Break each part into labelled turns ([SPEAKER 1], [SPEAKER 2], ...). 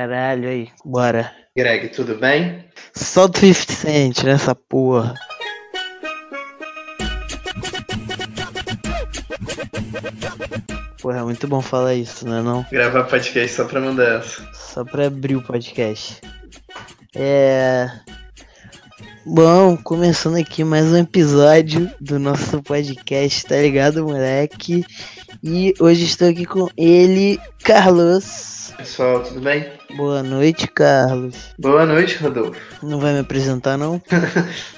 [SPEAKER 1] Caralho, aí, bora.
[SPEAKER 2] Greg, tudo bem?
[SPEAKER 1] Só do 50 Cent nessa porra. Porra, é muito bom falar isso, né não?
[SPEAKER 2] Gravar podcast só pra mandar essa.
[SPEAKER 1] Só pra abrir o podcast. É... Bom, começando aqui mais um episódio do nosso podcast, tá ligado, moleque? E hoje estou aqui com ele, Carlos.
[SPEAKER 2] Pessoal, tudo bem?
[SPEAKER 1] Boa noite, Carlos.
[SPEAKER 2] Boa noite, Rodolfo.
[SPEAKER 1] Não vai me apresentar, não?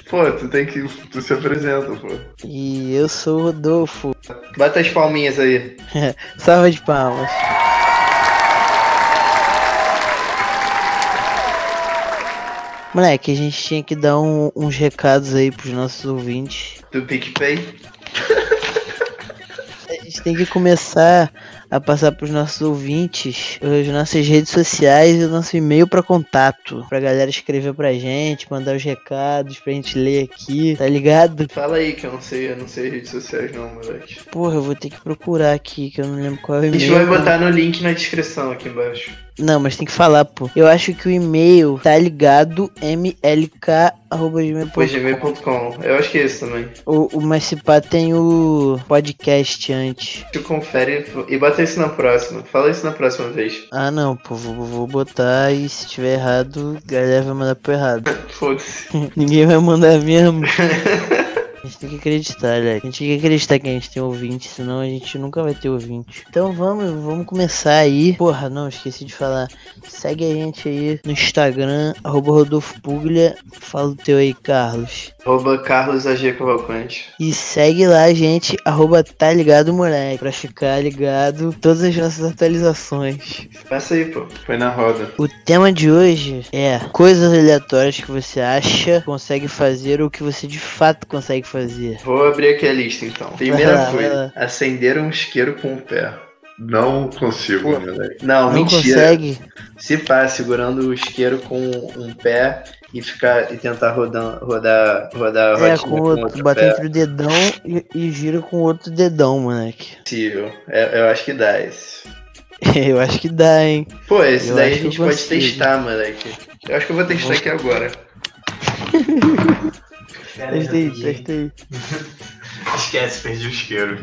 [SPEAKER 2] Pô, tu tem que. Tu se apresenta, pô.
[SPEAKER 1] E eu sou o Rodolfo.
[SPEAKER 2] Bata as palminhas aí.
[SPEAKER 1] Salva de palmas. Moleque, a gente tinha que dar um- uns recados aí pros nossos ouvintes.
[SPEAKER 2] Do PicPay.
[SPEAKER 1] A gente tem que começar a passar pros nossos ouvintes as nossas redes sociais e o nosso e-mail pra contato. Pra galera escrever pra gente, mandar os recados pra gente ler aqui, tá ligado?
[SPEAKER 2] Fala aí que eu não sei, eu não sei redes sociais não, moleque.
[SPEAKER 1] Porra, eu vou ter que procurar aqui, que eu não lembro qual é o
[SPEAKER 2] A
[SPEAKER 1] e-mail.
[SPEAKER 2] gente vai
[SPEAKER 1] mano.
[SPEAKER 2] botar no link na descrição aqui embaixo.
[SPEAKER 1] Não, mas tem que falar, pô. Eu acho que o e-mail tá ligado
[SPEAKER 2] Pois é.
[SPEAKER 1] mlk.gmail.com.
[SPEAKER 2] gmail.com. Eu acho que é isso também.
[SPEAKER 1] O, o mas se pá tem o podcast antes.
[SPEAKER 2] Tu confere e bota isso na próxima. Fala isso na próxima vez.
[SPEAKER 1] Ah, não, pô, vou, vou botar e se tiver errado, a galera vai mandar pro errado.
[SPEAKER 2] Foda-se.
[SPEAKER 1] Ninguém vai mandar mesmo. A gente tem que acreditar, né? A gente tem que acreditar que a gente tem ouvinte, senão a gente nunca vai ter ouvinte. Então vamos, vamos começar aí. Porra, não, esqueci de falar. Segue a gente aí no Instagram, arroba Rodolfo Puglia. Fala o teu aí, Carlos.
[SPEAKER 2] Arroba Carlos AG Cavalcante.
[SPEAKER 1] E segue lá, a gente, arroba tá ligado, moleque, pra ficar ligado em todas as nossas atualizações.
[SPEAKER 2] Começa aí, pô. Foi na roda.
[SPEAKER 1] O tema de hoje é coisas aleatórias que você acha consegue fazer ou que você de fato consegue fazer.
[SPEAKER 2] Vou abrir aqui a lista então.
[SPEAKER 1] Vai
[SPEAKER 2] Primeira
[SPEAKER 1] lá,
[SPEAKER 2] coisa, acender um isqueiro com o pé. Não consigo,
[SPEAKER 1] Pô.
[SPEAKER 2] moleque. Não,
[SPEAKER 1] Não
[SPEAKER 2] mentira.
[SPEAKER 1] consegue?
[SPEAKER 2] Se pá, segurando o isqueiro com um pé e ficar e tentar rodar rodar rodar a
[SPEAKER 1] É,
[SPEAKER 2] rodinha
[SPEAKER 1] com o outro, bota
[SPEAKER 2] pé.
[SPEAKER 1] entre o dedão e, e gira com o outro dedão, moleque.
[SPEAKER 2] Possível. É, eu acho que dá esse.
[SPEAKER 1] Eu acho que dá, hein?
[SPEAKER 2] Pô, esse
[SPEAKER 1] Eu
[SPEAKER 2] daí a
[SPEAKER 1] acho que eu
[SPEAKER 2] gente pode
[SPEAKER 1] consigo.
[SPEAKER 2] testar, moleque. Eu acho que eu vou testar aqui agora. É,
[SPEAKER 1] Testei, testei.
[SPEAKER 2] Esquece, perdi o isqueiro.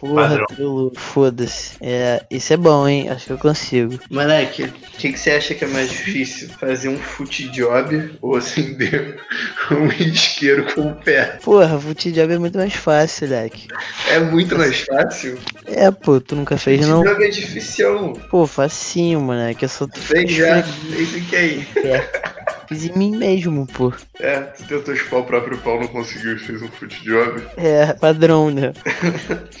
[SPEAKER 1] Porra, pelo. Foda-se. É, isso é bom, hein? Acho que eu consigo.
[SPEAKER 2] Moleque, o que, que você acha que é mais difícil? Fazer um foot job ou acender um isqueiro com o pé?
[SPEAKER 1] Porra, fute job é muito mais fácil, moleque.
[SPEAKER 2] É muito mais fácil?
[SPEAKER 1] É, pô, tu nunca fez,
[SPEAKER 2] Foot
[SPEAKER 1] não?
[SPEAKER 2] job é difícil.
[SPEAKER 1] Pô, facinho, moleque. Eu só
[SPEAKER 2] Fez já, fez o que aí?
[SPEAKER 1] fiz em mim mesmo, pô.
[SPEAKER 2] É, tu tentou chupar o próprio pau, não conseguiu e fez um foot job.
[SPEAKER 1] É, padrão, né?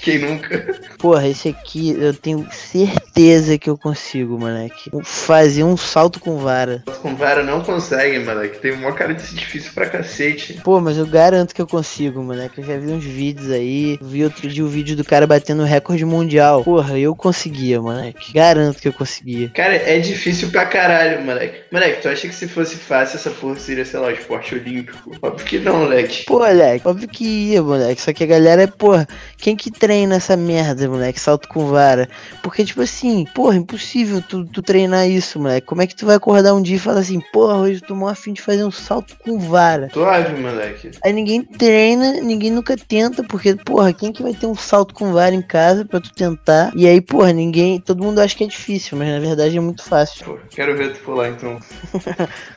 [SPEAKER 2] Quem nunca?
[SPEAKER 1] Porra, esse aqui eu tenho certeza que eu consigo, moleque. Fazer um salto com vara.
[SPEAKER 2] Com vara não consegue, moleque. Tem uma cara de ser difícil pra cacete.
[SPEAKER 1] Pô, mas eu garanto que eu consigo, moleque. Eu já vi uns vídeos aí. Vi outro dia o vídeo do cara batendo recorde mundial. Porra, eu conseguia, moleque. Garanto que eu conseguia.
[SPEAKER 2] Cara, é difícil pra caralho, moleque. Moleque, tu acha que se fosse fácil essa porra seria, sei lá, o esporte olímpico? Óbvio que não, moleque.
[SPEAKER 1] Pô, moleque, óbvio que ia, moleque. Só que a galera é, porra, quem que treina essa merda, moleque? Salto com vara. Porque, tipo assim, porra, impossível tu, tu treinar isso, moleque. Como é que tu vai acordar um dia e falar assim, porra, hoje eu tô mó afim de fazer um salto com vara?
[SPEAKER 2] Suave, moleque.
[SPEAKER 1] Aí ninguém treina, ninguém nunca tenta, porque, porra, quem que vai ter um salto com vara em casa pra tu tentar? E aí, porra, ninguém. Todo mundo acha que é difícil, mas na verdade é muito fácil.
[SPEAKER 2] Pô, quero ver tu pular então.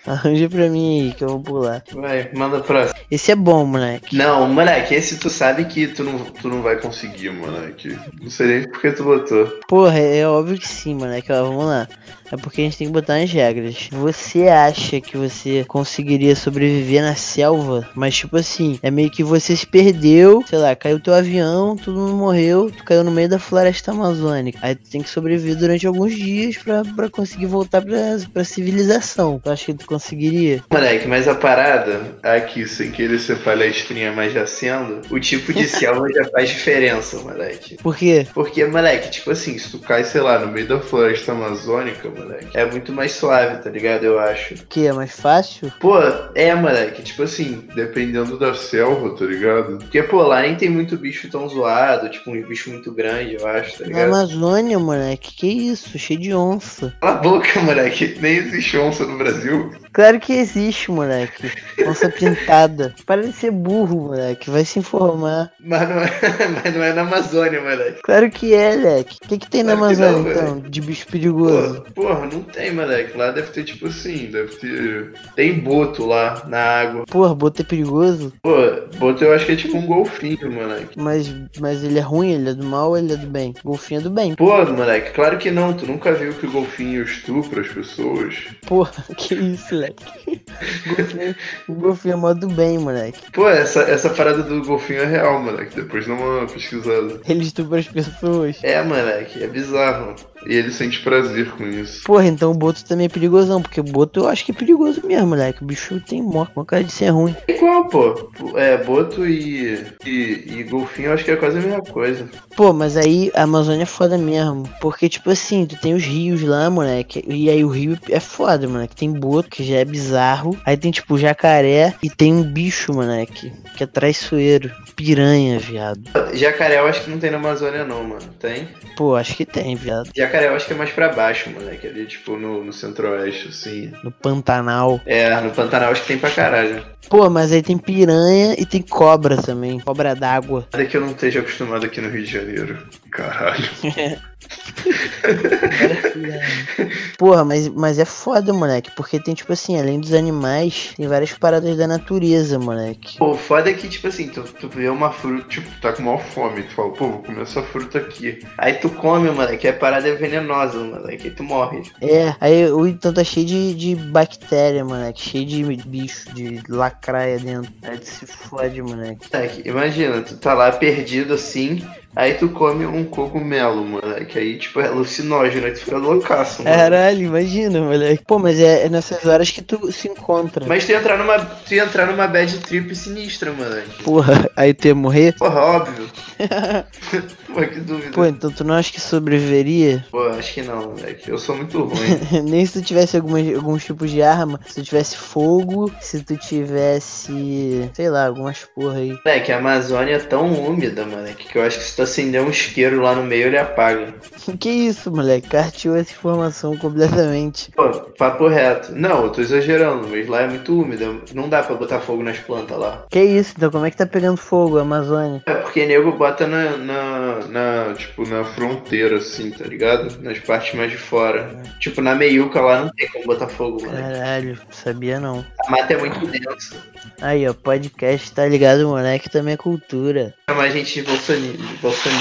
[SPEAKER 1] Arranja pra mim aí que eu vou pular.
[SPEAKER 2] Vai, manda a próxima.
[SPEAKER 1] Esse é bom, moleque.
[SPEAKER 2] Não, moleque, esse tu sabe que tu não, tu não vai conseguir, moleque. Não sei nem porque tu botou.
[SPEAKER 1] Porra, é óbvio que sim, moleque. Ó, vamos lá. É porque a gente tem que botar as regras. Você acha que você conseguiria sobreviver na selva? Mas, tipo assim, é meio que você se perdeu, sei lá, caiu teu avião, todo mundo morreu, tu caiu no meio da floresta amazônica. Aí tu tem que sobreviver durante alguns dias pra, pra conseguir voltar pra, pra civilização. Tu acha que tu conseguiria.
[SPEAKER 2] Moleque, mas a parada, aqui, sem querer ser palestrinha, mas já sendo, o tipo de selva já faz diferença, moleque.
[SPEAKER 1] Por quê?
[SPEAKER 2] Porque, moleque, tipo assim, se tu cai, sei lá, no meio da floresta amazônica, moleque, é muito mais suave, tá ligado? Eu acho.
[SPEAKER 1] Porque é mais fácil?
[SPEAKER 2] Pô, é, moleque, tipo assim, dependendo da selva, tá ligado? Porque, pô, lá nem tem muito bicho tão zoado, tipo, uns bichos muito grandes, eu acho, tá
[SPEAKER 1] Na
[SPEAKER 2] ligado?
[SPEAKER 1] Amazônia, moleque, que isso? Cheio de onça.
[SPEAKER 2] Cala a boca, moleque, nem existe onça no Brasil.
[SPEAKER 1] Claro que existe, moleque. Onça pintada. Para de ser burro, moleque. Vai se informar.
[SPEAKER 2] Mas não é, mas não é na Amazônia, moleque.
[SPEAKER 1] Claro que é, moleque. O que, que tem na
[SPEAKER 2] Claro que não,
[SPEAKER 1] Amazônia, então, de bicho perigoso?
[SPEAKER 2] Pô, porra, não tem, moleque. Lá deve ter, tipo assim, deve ter. Tem boto lá na água.
[SPEAKER 1] Porra, boto é perigoso,
[SPEAKER 2] Pô, boto eu acho que é tipo um golfinho, moleque.
[SPEAKER 1] mas, mas ele é ruim, ele é do mal ou ele é do bem? Golfinho é do bem.
[SPEAKER 2] Pô, moleque, claro que não. Tu nunca viu que o golfinho estupra as pessoas.
[SPEAKER 1] Porra, que isso, moleque. Golfinho- O golfinho é mó do bem, moleque.
[SPEAKER 2] Pô, essa, essa parada do golfinho é real, moleque. Depois dá uma pesquisada.
[SPEAKER 1] Ele estupra as pessoas.
[SPEAKER 2] É, moleque, é bizarro. E ele sente prazer com isso.
[SPEAKER 1] Porra, então o Boto também é perigosão, porque o Boto eu acho que é perigoso mesmo, moleque. O bicho tem mó, uma cara de ser ruim.
[SPEAKER 2] É igual, pô. É, boto e, e, e golfinho eu acho que é quase a mesma coisa.
[SPEAKER 1] Pô, mas aí a Amazônia é foda mesmo. Porque, tipo assim, tu tem os rios lá, moleque. E aí o rio é foda, moleque. Tem boto, que já é bizarro. Aí tem, tipo, jacaré. E tem um bicho, moleque. Que é traiçoeiro. Piranha, viado.
[SPEAKER 2] Jacaré eu acho que não tem na Amazônia, não, mano. Tem?
[SPEAKER 1] Pô, acho que tem, viado.
[SPEAKER 2] Jacaré eu acho que é mais pra baixo, moleque. Ali, tipo, no, no centro-oeste, assim.
[SPEAKER 1] No Pantanal.
[SPEAKER 2] É, no Pantanal acho que tem pra caralho.
[SPEAKER 1] Pô, mas aí tem piranha e tem cobra também. Cobra d'água.
[SPEAKER 2] Nada que eu não esteja acostumado aqui no Rio de Janeiro. Caralho.
[SPEAKER 1] é Porra, mas, mas é foda, moleque. Porque tem, tipo assim, além dos animais, tem várias paradas da natureza, moleque.
[SPEAKER 2] Pô, o foda é que, tipo assim, tu, tu vê uma fruta, tipo, tu tá com maior fome. Tu fala, pô, vou comer essa fruta aqui. Aí tu come, moleque. Aí a parada é venenosa, moleque. Aí tu morre.
[SPEAKER 1] É, aí o então tá cheio de, de bactéria, moleque. Cheio de bicho, de lacraia dentro. Aí tu se fode, moleque.
[SPEAKER 2] Moleque, Tá, imagina, tu tá lá perdido assim. Aí tu come um cogumelo, moleque. Aí, tipo, é alucinógeno. Aí tu fica loucaço, mano.
[SPEAKER 1] Caralho, imagina, moleque. Pô, mas é, é nessas horas que tu se encontra.
[SPEAKER 2] Mas tu ia entrar numa, tu ia entrar numa bad trip sinistra, moleque.
[SPEAKER 1] Porra, aí tu ia morrer?
[SPEAKER 2] Porra, óbvio. Pô, que dúvida.
[SPEAKER 1] Pô, então tu não acha que sobreviveria?
[SPEAKER 2] Pô, acho que não, moleque. Eu sou muito ruim.
[SPEAKER 1] Nem se tu tivesse algumas, alguns tipos de arma. Se tu tivesse fogo, se tu tivesse. sei lá, algumas porra aí.
[SPEAKER 2] moleque, a Amazônia é tão úmida, moleque, que eu acho que se tu acender um isqueiro lá no meio, ele apaga.
[SPEAKER 1] Que isso, moleque? Carteou essa informação completamente.
[SPEAKER 2] Pô, papo reto. Não, eu tô exagerando, mas lá é muito úmida. Não dá pra botar fogo nas plantas lá.
[SPEAKER 1] Que isso, então como é que tá pegando fogo, Amazônia?
[SPEAKER 2] É porque nego bota na, na, na, tipo, na fronteira, assim, tá ligado? Nas partes mais de fora. Tipo, na meiuca lá não tem como botar fogo, moleque.
[SPEAKER 1] Caralho, sabia não.
[SPEAKER 2] A mata é muito densa.
[SPEAKER 1] Aí, ó, podcast, tá ligado, moleque? Também é cultura.
[SPEAKER 2] chamar a gente de bolsonaro.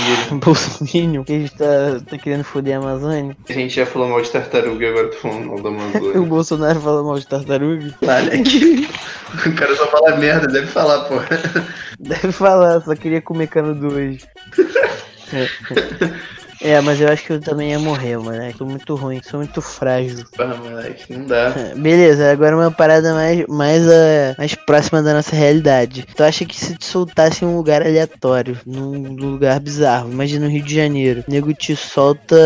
[SPEAKER 2] bolsonaro.
[SPEAKER 1] Bolsonaro, que a gente tá, tá querendo foder a Amazônia.
[SPEAKER 2] A gente já falou mal de tartaruga e agora tô falando mal da
[SPEAKER 1] O
[SPEAKER 2] Amazônia.
[SPEAKER 1] Bolsonaro fala mal de tartaruga.
[SPEAKER 2] Olha o cara só fala merda, deve falar, porra.
[SPEAKER 1] Deve falar, só queria comer canudo hoje. É, mas eu acho que eu também ia morrer, moleque. Tô muito ruim, sou muito frágil.
[SPEAKER 2] Porra, moleque, não dá.
[SPEAKER 1] Beleza, agora uma parada mais, mais, eh, mais próxima da nossa realidade. Tu acha que se te soltasse em um lugar aleatório, num lugar bizarro, imagina no Rio de Janeiro, o nego te solta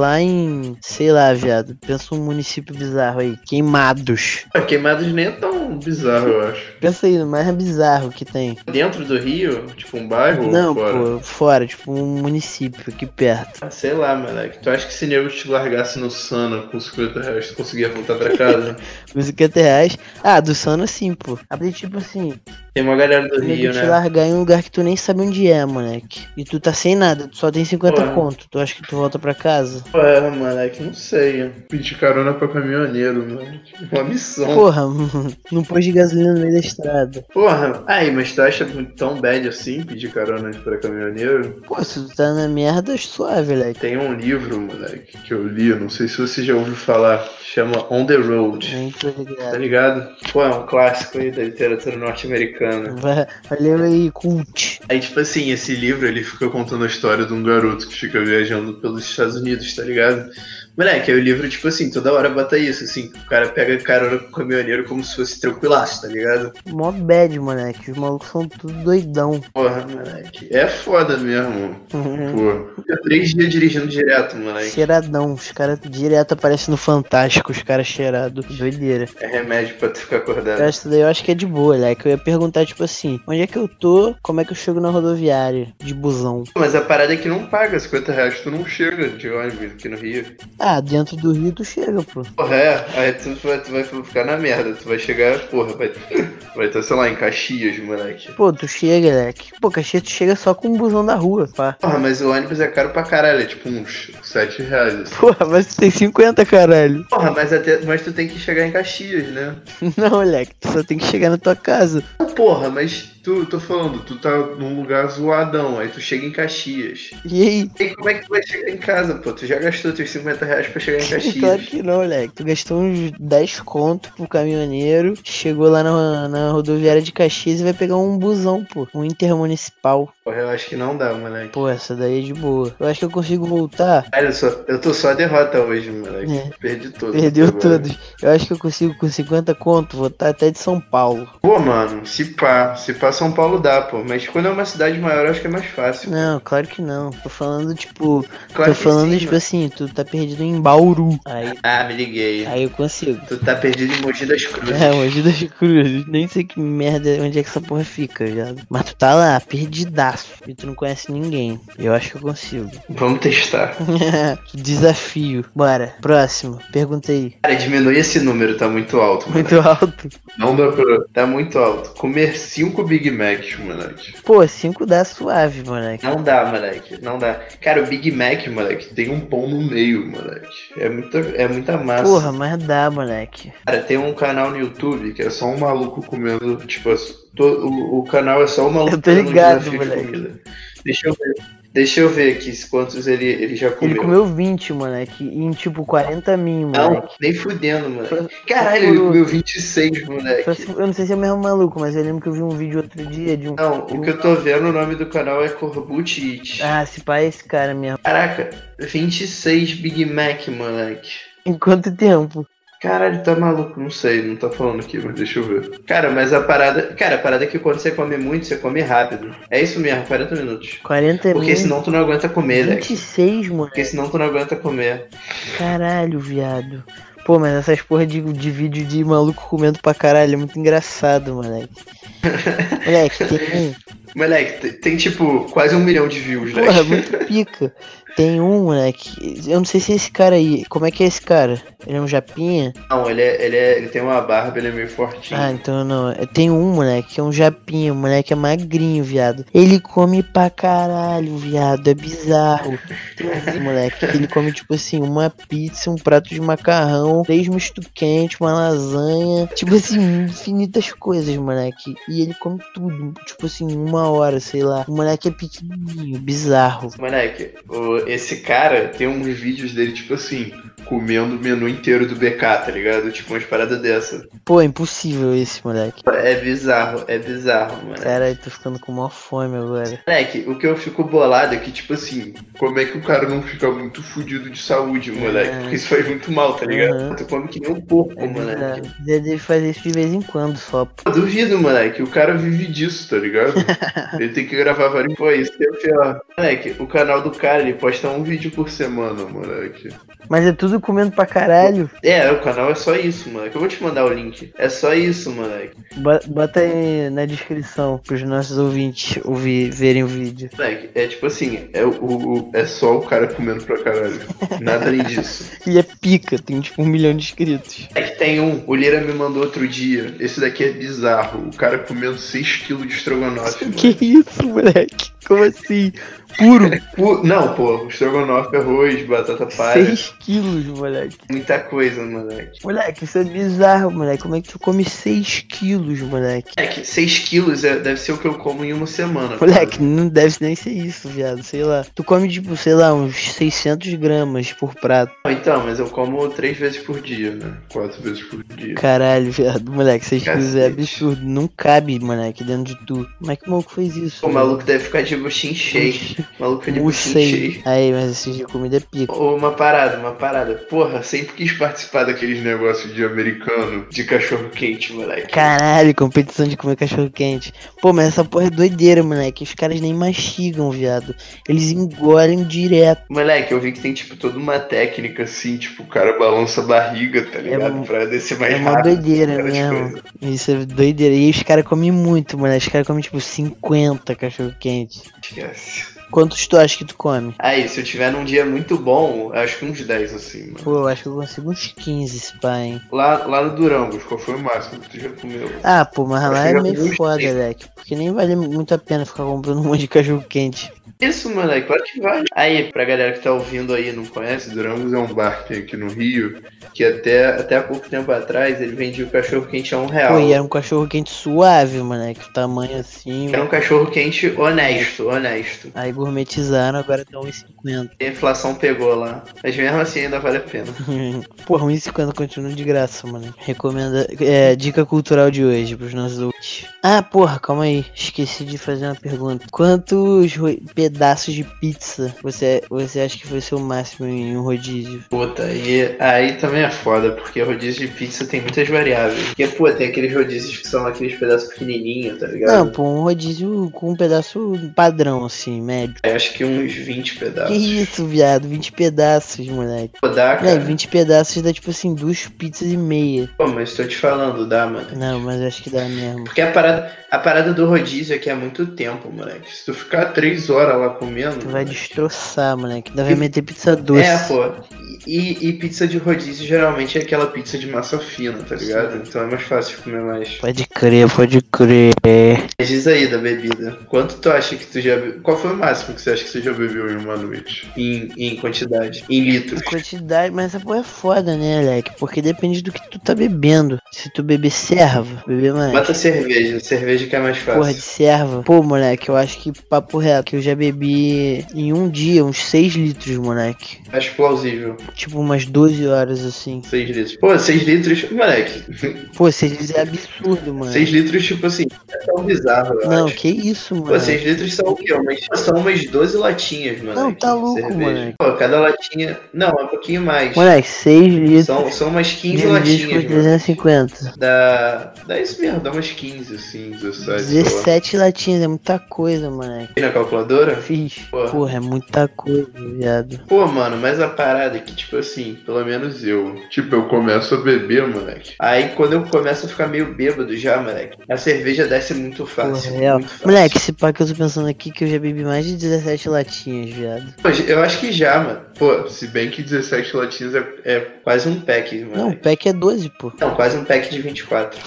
[SPEAKER 1] lá em, sei lá, viado, pensa um município bizarro aí, Queimados.
[SPEAKER 2] Ah, Queimados nem é tão bizarro, eu acho.
[SPEAKER 1] Pensa aí no mais bizarro que tem.
[SPEAKER 2] Dentro do Rio, tipo um bairro
[SPEAKER 1] Não,
[SPEAKER 2] ou fora?
[SPEAKER 1] pô, fora, tipo um município aqui perto.
[SPEAKER 2] Ah, sei lá, moleque. Tu acha que se nego te largasse no Sana com 50 reais, tu conseguia voltar pra casa?
[SPEAKER 1] Os 50 reais. Ah, do Sano sim, pô. Aí, tipo assim,
[SPEAKER 2] Tem uma galera do
[SPEAKER 1] Nego
[SPEAKER 2] Rio,
[SPEAKER 1] te
[SPEAKER 2] né?
[SPEAKER 1] largar em um lugar que tu nem sabe onde é, moleque. E tu tá sem nada, tu só tem 50
[SPEAKER 2] Porra.
[SPEAKER 1] conto. Tu acha que tu volta pra casa?
[SPEAKER 2] Porra, moleque, não sei. Pedir carona pra caminhoneiro, mano. Uma missão.
[SPEAKER 1] Porra, não pôs de gasolina no meio da estrada.
[SPEAKER 2] Porra, aí, mas tu acha tão bad assim pedir carona pra caminhoneiro?
[SPEAKER 1] Pô, se tu tá na merda, é suave, moleque.
[SPEAKER 2] Tem um livro, moleque, que eu li, não sei se você já ouviu falar, chama On the Road.
[SPEAKER 1] Nem tô
[SPEAKER 2] Tá é
[SPEAKER 1] ligado.
[SPEAKER 2] ligado? Pô, é um clássico aí da literatura norte-americana. bacana.
[SPEAKER 1] Vai, valeu aí, cult.
[SPEAKER 2] Aí, tipo assim, esse livro ele fica contando a história de um garoto que fica viajando pelos Estados Unidos, tá ligado? Moleque, aí o livro, tipo assim, toda hora bota isso, assim, o cara pega carona com o caminhoneiro como se fosse tranquilaço, tá ligado?
[SPEAKER 1] Mó bad, moleque. Os malucos são tudo doidão.
[SPEAKER 2] Porra, moleque. É foda mesmo.
[SPEAKER 1] Hum.
[SPEAKER 2] Pô, fica três dias dirigindo direto, moleque.
[SPEAKER 1] Cheiradão. Os caras direto aparecem no Fantástico, os caras cheirados. Doideira.
[SPEAKER 2] É remédio pra tu ficar acordado.
[SPEAKER 1] Cara, Isso daí eu acho que é de boa, moleque. Eu ia perguntar, tipo assim, onde é que eu tô? Como é que eu chego na rodoviária? De busão.
[SPEAKER 2] Mas a parada é que não paga 50 reais, tu não chega de ônibus aqui no Rio.
[SPEAKER 1] Ah, dentro do Rio tu chega, pô.
[SPEAKER 2] Porra, é, aí tu vai, tu vai ficar na merda, tu vai chegar, porra, vai estar, vai tá, sei lá, em Caxias, moleque.
[SPEAKER 1] Pô, tu chega, moleque. Pô, Caxias tu chega só com o busão da rua, pá.
[SPEAKER 2] Porra, mas o ônibus é caro pra caralho, é tipo uns 7 reais. assim.
[SPEAKER 1] Porra, mas tu tem 50, caralho.
[SPEAKER 2] Porra, mas, até, mas tu tem que chegar em Caxias, né?
[SPEAKER 1] Não, moleque, tu só tem que chegar na tua casa.
[SPEAKER 2] Não, Porra, mas tu, tô falando, tu tá num lugar zoadão, aí tu chega em Caxias.
[SPEAKER 1] E aí?
[SPEAKER 2] E como é que tu vai chegar em casa, pô? Tu já gastou teus 50 reais pra chegar em
[SPEAKER 1] Claro
[SPEAKER 2] Caxias.
[SPEAKER 1] que não, moleque. Tu gastou uns 10 conto pro caminhoneiro, chegou lá na, na rodoviária de Caxias e vai pegar um busão, pô. Um intermunicipal.
[SPEAKER 2] Porra, eu acho que não dá, moleque.
[SPEAKER 1] Pô, essa daí é de boa. Eu acho que eu consigo voltar.
[SPEAKER 2] Cara, eu, só, eu tô só a derrota hoje, moleque.
[SPEAKER 1] É.
[SPEAKER 2] Perdi tudo.
[SPEAKER 1] Perdeu
[SPEAKER 2] Agora.
[SPEAKER 1] todos. Eu acho que eu consigo com 50 conto voltar até de São Paulo.
[SPEAKER 2] Pô, mano, se pá. Se pá, São Paulo dá, pô. Mas quando é uma cidade maior, eu acho que é mais fácil.
[SPEAKER 1] Não, claro que não. Tô falando, tipo.
[SPEAKER 2] Claro
[SPEAKER 1] tô
[SPEAKER 2] que
[SPEAKER 1] falando,
[SPEAKER 2] sim,
[SPEAKER 1] tipo
[SPEAKER 2] mano.
[SPEAKER 1] assim, tu tá perdido em Bauru. Aí,
[SPEAKER 2] Ah, me liguei.
[SPEAKER 1] aí eu consigo.
[SPEAKER 2] Tu tá perdido em Mogi das Cruzes.
[SPEAKER 1] É, Mogi das Cruzes. Nem sei que merda, onde é que essa porra fica, já. Mas tu tá lá, perdidaço. E tu não conhece ninguém. Eu acho que eu consigo.
[SPEAKER 2] Vamos testar.
[SPEAKER 1] Desafio. Bora. Próximo. Pergunta aí.
[SPEAKER 2] Cara, diminui esse número, tá muito alto, mano.
[SPEAKER 1] Muito alto.
[SPEAKER 2] Não dá pra. Tá muito alto. Comer cinco Big Macs, moleque.
[SPEAKER 1] Pô, 5 dá suave, moleque.
[SPEAKER 2] Não dá, moleque. Não dá. Cara, o Big Mac, moleque, tem um pão no meio, moleque. É muita, é muita massa.
[SPEAKER 1] Porra, mas dá, moleque.
[SPEAKER 2] Cara, tem um canal no YouTube que é só um maluco comendo, tipo, as- to- o, o canal é só um maluco
[SPEAKER 1] Eu tô
[SPEAKER 2] fazendo um
[SPEAKER 1] ligado,
[SPEAKER 2] desafio de
[SPEAKER 1] moleque.
[SPEAKER 2] comida. Deixa eu ver. Deixa eu ver aqui se quantos ele, ele já comeu.
[SPEAKER 1] Ele comeu 20, moleque. E em tipo 40 mil, moleque.
[SPEAKER 2] Não, nem fudendo, moleque. Caralho, ele comeu 26,
[SPEAKER 1] Só
[SPEAKER 2] moleque.
[SPEAKER 1] se- Eu não sei se é o mesmo maluco, mas eu lembro que eu vi um vídeo outro dia de um.
[SPEAKER 2] Não, o que eu tô vendo, o nome do canal é Corbucci Eat.
[SPEAKER 1] Ah, se pá, é esse cara mesmo.
[SPEAKER 2] Caraca, 26 Big Mac, moleque.
[SPEAKER 1] Em quanto tempo?
[SPEAKER 2] Caralho, tá maluco? Não sei, não tá falando aqui, mas deixa eu ver. Cara, mas a parada. Cara, a parada é que quando você come muito, você come rápido. É isso mesmo, 40 minutos.
[SPEAKER 1] 40 mil.
[SPEAKER 2] Porque senão tu não aguenta comer, né?
[SPEAKER 1] 26, mano.
[SPEAKER 2] Porque senão tu não aguenta comer.
[SPEAKER 1] Caralho, viado. Pô, mas essas porra de, de vídeo de maluco comendo pra caralho é muito engraçado, moleque. moleque, tem um.
[SPEAKER 2] Moleque, te- tem tipo quase um milhão de views, né?
[SPEAKER 1] Porra, é muito pica. Tem um, moleque. Eu não sei se é esse cara aí. Como é que é esse cara? Ele é um japinha?
[SPEAKER 2] Não, ele, é, ele, é, ele tem uma barba, ele é meio fortinho.
[SPEAKER 1] Ah, então não. Tem um moleque que é um japinha, o moleque é magrinho, viado. Ele come pra caralho, viado. É bizarro. Tem um moleque que ele come, tipo assim, uma pizza, um prato de macarrão, três misto quente, uma lasanha. Tipo assim, infinitas coisas, moleque. E ele come tudo, tipo assim, uma hora, sei lá. O moleque é pequenininho, bizarro.
[SPEAKER 2] Moleque, o- esse cara tem uns vídeos dele, tipo assim, comendo o menu inteiro do BK, tá ligado? Tipo umas paradas dessa.
[SPEAKER 1] Pô, é impossível esse, moleque.
[SPEAKER 2] É bizarro, é bizarro, mano.
[SPEAKER 1] Caralho, tô ficando com maior fome agora.
[SPEAKER 2] Moleque, o que eu fico bolado é que, tipo assim, como é que o cara não fica muito fudido de saúde, moleque?
[SPEAKER 1] É.
[SPEAKER 2] Porque isso faz muito mal, tá ligado?
[SPEAKER 1] Uhum.
[SPEAKER 2] Tu come que nem um porco,
[SPEAKER 1] É bizarro.
[SPEAKER 2] moleque.
[SPEAKER 1] Deve fazer isso de vez em quando só, pô.
[SPEAKER 2] Eu duvido, moleque, o cara vive disso, tá ligado? ele tem que gravar vários. Pô, isso que é pior. Moleque, o canal do cara, ele posta um vídeo por semana, moleque.
[SPEAKER 1] Mas é tudo comendo pra caralho.
[SPEAKER 2] É, o canal é só isso, moleque. Eu vou te mandar o link. É só isso, moleque.
[SPEAKER 1] Bo- Bota aí na descrição pros nossos ouvintes ouvir, verem o vídeo.
[SPEAKER 2] Moleque, é tipo assim, é, o, o- é só o cara comendo pra caralho. Nada além disso.
[SPEAKER 1] Ele é pica, tem tipo um milhão de inscritos.
[SPEAKER 2] É que tem um, o Lira me mandou outro dia. Esse daqui é bizarro. O cara comendo 6kg de estrogonofe. mano.
[SPEAKER 1] Que isso, moleque? Como assim? Puro.
[SPEAKER 2] Pu- Não, pô, estrogonofe, arroz, batata palha,
[SPEAKER 1] 6 quilos, moleque.
[SPEAKER 2] muita coisa, moleque.
[SPEAKER 1] Moleque, isso é bizarro, moleque. Como é que tu come 6 quilos, moleque?
[SPEAKER 2] É que 6 quilos é- deve ser o que eu como em uma semana. tá?
[SPEAKER 1] Moleque, não deve nem ser isso, viado. Sei lá. Tu come, tipo, sei lá, uns 600 gramas por prato.
[SPEAKER 2] Não, Então, mas eu como 3 vezes por dia, né? 4 vezes por dia.
[SPEAKER 1] Caralho, viado. Moleque, 6 quilos é
[SPEAKER 2] Cacete.
[SPEAKER 1] absurdo. Não cabe, moleque, dentro de tu. Como é que o maluco fez isso? Um
[SPEAKER 2] O maluco deve ficar de buchinho cheio. O maluco fica de buchinho
[SPEAKER 1] Puxei.
[SPEAKER 2] cheio.
[SPEAKER 1] Aí, mas esse de comida é pica.
[SPEAKER 2] Ô, Uma parada, uma parada. Porra, sempre quis participar daqueles negócios de americano de cachorro quente, moleque.
[SPEAKER 1] Caralho, competição de comer cachorro quente. Pô, mas essa porra é doideira, moleque. Os caras nem mastigam, viado. Eles engolem direto.
[SPEAKER 2] Moleque, eu vi que tem, tipo, toda uma técnica, assim, tipo, o cara balança a barriga, tá ligado?
[SPEAKER 1] uma-
[SPEAKER 2] pra descer mais
[SPEAKER 1] É uma
[SPEAKER 2] rápido.
[SPEAKER 1] doideira
[SPEAKER 2] aquelas
[SPEAKER 1] mesmo.
[SPEAKER 2] coisas.
[SPEAKER 1] Isso é doideira. E os caras comem muito, moleque. Os caras comem tipo 50 cachorro quente.
[SPEAKER 2] Esquece.
[SPEAKER 1] Quantos tu acha que tu come?
[SPEAKER 2] Aí, se eu tiver num dia muito bom, eu acho que uns 10, assim, mano.
[SPEAKER 1] Pô, eu acho que eu consigo uns 15, esse pá, hein.
[SPEAKER 2] Lá, lá no Durangos, qual foi o máximo que tu já comeu?
[SPEAKER 1] Ah, pô, mas
[SPEAKER 2] Eu
[SPEAKER 1] lá
[SPEAKER 2] chego
[SPEAKER 1] é
[SPEAKER 2] a comer
[SPEAKER 1] meio
[SPEAKER 2] uns
[SPEAKER 1] foda,
[SPEAKER 2] três.
[SPEAKER 1] moleque. Porque nem vale muito a pena ficar comprando um monte de cachorro quente.
[SPEAKER 2] Isso, moleque, claro que vale. Aí, pra galera que tá ouvindo aí e não conhece, Durangos é um bar que tem aqui no Rio, que até, até há pouco tempo atrás ele vendia o cachorro quente a um real.
[SPEAKER 1] Pô, e era um cachorro quente suave, moleque. O tamanho assim,
[SPEAKER 2] Era um cachorro quente honesto, honesto.
[SPEAKER 1] Aí gourmetizaram, agora tá 1,50.
[SPEAKER 2] A inflação pegou lá. Mas mesmo assim ainda vale a pena.
[SPEAKER 1] Porra, 1,50 continua de graça, mano. Recomenda. É, dica cultural de hoje pros nossos ouvintes. Ah, porra, calma aí. Esqueci de fazer uma pergunta. Quantos ro- pedaços de pizza você, você acha que foi seu máximo em um rodízio?
[SPEAKER 2] Puta, aí, aí também é foda, porque rodízio de pizza tem muitas variáveis. Porque, pô, tem aqueles rodízios que são aqueles pedaços pequenininhos, tá ligado?
[SPEAKER 1] Não, pô, um rodízio com um pedaço padrão, assim, médio.
[SPEAKER 2] Eu acho que uns 20
[SPEAKER 1] Que
[SPEAKER 2] pedaços.
[SPEAKER 1] isso, viado? 20 pedaços, moleque.
[SPEAKER 2] Pô, dá, cara.
[SPEAKER 1] É, 20 pedaços dá tipo assim, duas pizzas e meia.
[SPEAKER 2] Pô, mas tô te falando, dá, mano.
[SPEAKER 1] Não, mas eu acho que dá mesmo.
[SPEAKER 2] Porque a parada, a parada do rodízio aqui é muito tempo, moleque. Se tu ficar três horas lá comendo.
[SPEAKER 1] Tu vai
[SPEAKER 2] moleque,
[SPEAKER 1] destroçar, moleque. Ainda vai meter pizza doce.
[SPEAKER 2] É, pô. E, e pizza de rodízio geralmente é aquela pizza de massa fina, tá ligado? Então é mais fácil de comer mais.
[SPEAKER 1] Pode crer, pode crer.
[SPEAKER 2] Mas diz aí da bebida. Quanto tu acha que tu já bebeu? Qual foi o máximo que você acha que você já bebeu em uma noite? Em, em quantidade? Em litros?
[SPEAKER 1] Quantidade, mas essa porra é foda, né, Alec? Porque depende do que tu tá bebendo. Se tu beber serva, beber mais.
[SPEAKER 2] Bota cerveja, cerveja que é mais fácil.
[SPEAKER 1] Porra de serva. Pô, moleque, eu acho que papo reto, que eu já bebi em um dia uns 6 litros, moleque.
[SPEAKER 2] Acho plausível.
[SPEAKER 1] Tipo umas 12 horas assim.
[SPEAKER 2] 6 litros. Pô, 6 litros, moleque.
[SPEAKER 1] Pô, 6 litros é absurdo, mano.
[SPEAKER 2] 6 litros, tipo assim, é tão bizarro, eu
[SPEAKER 1] Não,
[SPEAKER 2] acho.
[SPEAKER 1] que isso, mano.
[SPEAKER 2] Pô, 6 litros são o quê? Umas, são umas 12 latinhas, mano.
[SPEAKER 1] Não, tá louco, moleque.
[SPEAKER 2] Pô, cada latinha. Não, é um pouquinho mais.
[SPEAKER 1] Moleque, 6 litros.
[SPEAKER 2] São, são umas 15
[SPEAKER 1] dividido por
[SPEAKER 2] latinhas, mano.
[SPEAKER 1] 350.
[SPEAKER 2] Dá, dá isso mesmo, dá umas 15, assim, 17. sei lá.
[SPEAKER 1] 17 latinhas, é muita coisa, moleque.
[SPEAKER 2] E na calculadora?
[SPEAKER 1] Fiz.
[SPEAKER 2] Porra.
[SPEAKER 1] Porra, é muita coisa, viado.
[SPEAKER 2] Pô, mano, mas a parada é que, tipo assim, pelo menos eu. Tipo, eu começo a beber, moleque. Aí quando eu começo a ficar meio bêbado já, moleque, a cerveja desce muito fácil.
[SPEAKER 1] Porra, real.
[SPEAKER 2] muito fácil.
[SPEAKER 1] é, Moleque, esse pá que eu tô pensando aqui que eu já bebi mais de 17 latinhas, viado.
[SPEAKER 2] Pô, eu acho que já, mano. Pô, se bem que 17 latinhas é, é quase um pack,
[SPEAKER 1] Não,
[SPEAKER 2] mano.
[SPEAKER 1] pack é 12, pô. É,
[SPEAKER 2] Não, quase um pack de 24.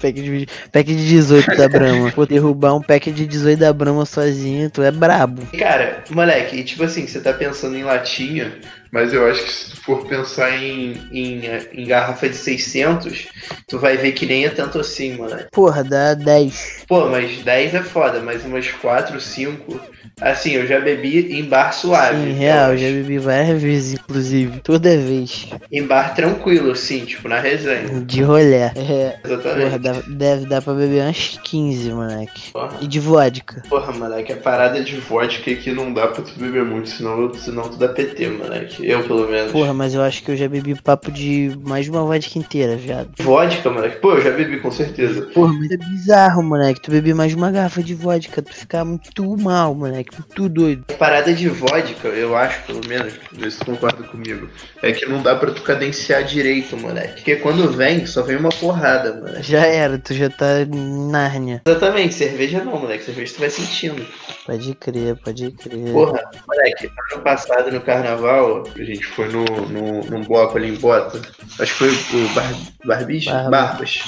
[SPEAKER 1] pack, de, pack de 18 da Brahma. Pô, derrubar um pack de 18 da Brahma sozinho, tu é brabo.
[SPEAKER 2] E, Cara, moleque, e tipo assim, você tá pensando em latinha, mas eu acho que se tu for pensar em, em, eh, em garrafa de 600, tu vai ver que nem é tanto assim, moleque.
[SPEAKER 1] Porra, dá 10.
[SPEAKER 2] Pô, mas 10 é foda, mas umas 4, 5. Assim, eu já bebi em bar suave. Então,
[SPEAKER 1] Sim,
[SPEAKER 2] eu
[SPEAKER 1] real,
[SPEAKER 2] acho.
[SPEAKER 1] já bebi várias vezes, inclusive. Toda vez.
[SPEAKER 2] Em bar tranquilo, assim, tipo, na resenha.
[SPEAKER 1] De rolé. É, porra,
[SPEAKER 2] Exatamente.
[SPEAKER 1] dá- deve dar pra beber umas 15, moleque.
[SPEAKER 2] Porra.
[SPEAKER 1] E de vodka.
[SPEAKER 2] Porra, moleque, a parada de vodka é que não dá pra tu beber muito, senão, senão tu dá PT, moleque. Eu, pelo menos.
[SPEAKER 1] Porra, mas eu acho que eu já bebi papo de mais de uma vodka inteira, viado.
[SPEAKER 2] Vodka, moleque. Pô, eu já bebi, com certeza.
[SPEAKER 1] Porra, mas é bizarro, moleque. Tu beber mais de uma garrafa de vodka, tu ficar muito mal, moleque. Muito doido.
[SPEAKER 2] A parada de vodka, eu acho, pelo menos, vê se tu concorda comigo, é que não dá pra tu cadenciar direito, moleque. Porque quando vem, só vem uma porrada, moleque.
[SPEAKER 1] Já era, tu já tá em Nárnia.
[SPEAKER 2] Exatamente, cerveja não, moleque. Cerveja tu vai sentindo.
[SPEAKER 1] Pode crer, pode crer.
[SPEAKER 2] Porra, moleque, ano passado no carnaval, a gente foi no, no, num bloco ali em Bota. Acho que foi o Bar, Barbicho?
[SPEAKER 1] Barba.
[SPEAKER 2] Barbas.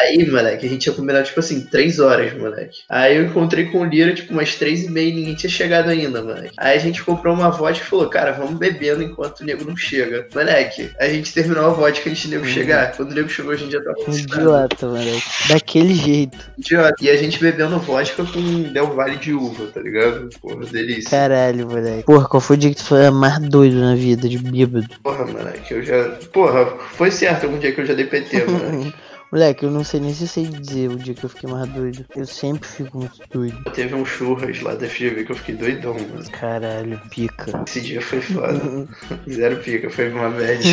[SPEAKER 2] Aí, moleque, a gente tinha combinado, tipo assim, três horas, moleque. Aí eu encontrei com o Lira, tipo, umas três e meia e ninguém tinha chegado ainda, moleque. Aí a gente comprou uma vodka e falou, cara, vamos bebendo enquanto o nego não chega. Moleque, a gente terminou a vodka antes do nego
[SPEAKER 1] Uhum.
[SPEAKER 2] chegar. Quando o nego chegou, a gente já tava
[SPEAKER 1] Um
[SPEAKER 2] frustrado.
[SPEAKER 1] idiota, moleque. Daquele jeito.
[SPEAKER 2] Idiota. E a gente bebendo vodka com Del Vale de uva, tá ligado? Porra, delícia.
[SPEAKER 1] Caralho, moleque. Porra, qual foi o dia que tu foi mais doido na vida, de bêbado?
[SPEAKER 2] Porra, moleque, eu já. Porra, foi certo algum dia que eu já dei PT, mano.
[SPEAKER 1] Moleque, eu não sei nem se eu sei dizer o dia que eu fiquei mais doido. Eu sempre fico muito doido.
[SPEAKER 2] Teve um churras lá da FGV que eu fiquei doidão, mano.
[SPEAKER 1] Caralho, pica.
[SPEAKER 2] Esse dia foi foda. Zero pica, foi uma bad.